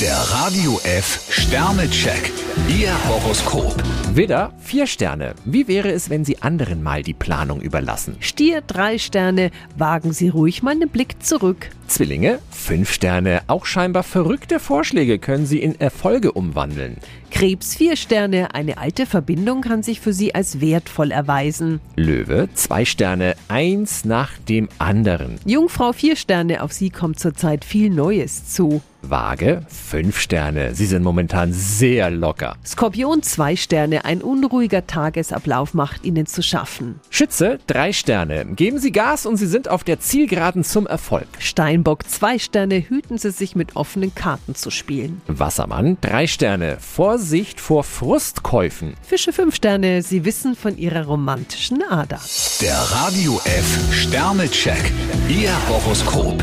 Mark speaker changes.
Speaker 1: Der Radio F Sternecheck. Ihr Horoskop.
Speaker 2: Widder, vier Sterne. Wie wäre es, wenn Sie anderen mal die Planung überlassen?
Speaker 3: Stier drei Sterne, wagen Sie ruhig mal einen Blick zurück.
Speaker 2: Zwillinge, fünf Sterne. Auch scheinbar verrückte Vorschläge können Sie in Erfolge umwandeln.
Speaker 3: Krebs vier Sterne, eine alte Verbindung kann sich für Sie als wertvoll erweisen.
Speaker 2: Löwe, zwei Sterne. Eins nach dem anderen.
Speaker 3: Jungfrau vier Sterne, auf Sie kommt zurzeit viel Neues zu.
Speaker 2: Waage, fünf Sterne. Sie sind momentan sehr locker.
Speaker 3: Skorpion zwei Sterne, ein unruhiger Tagesablauf macht Ihnen zu schaffen.
Speaker 2: Schütze, drei Sterne. Geben Sie Gas und Sie sind auf der Zielgeraden zum Erfolg.
Speaker 3: Steinbock zwei Sterne, hüten Sie sich mit offenen Karten zu spielen.
Speaker 2: Wassermann, drei Sterne. Vorsicht vor Frustkäufen.
Speaker 3: Fische fünf Sterne, Sie wissen von Ihrer romantischen Ader.
Speaker 1: Der Radio F Sternecheck. Ihr Horoskop.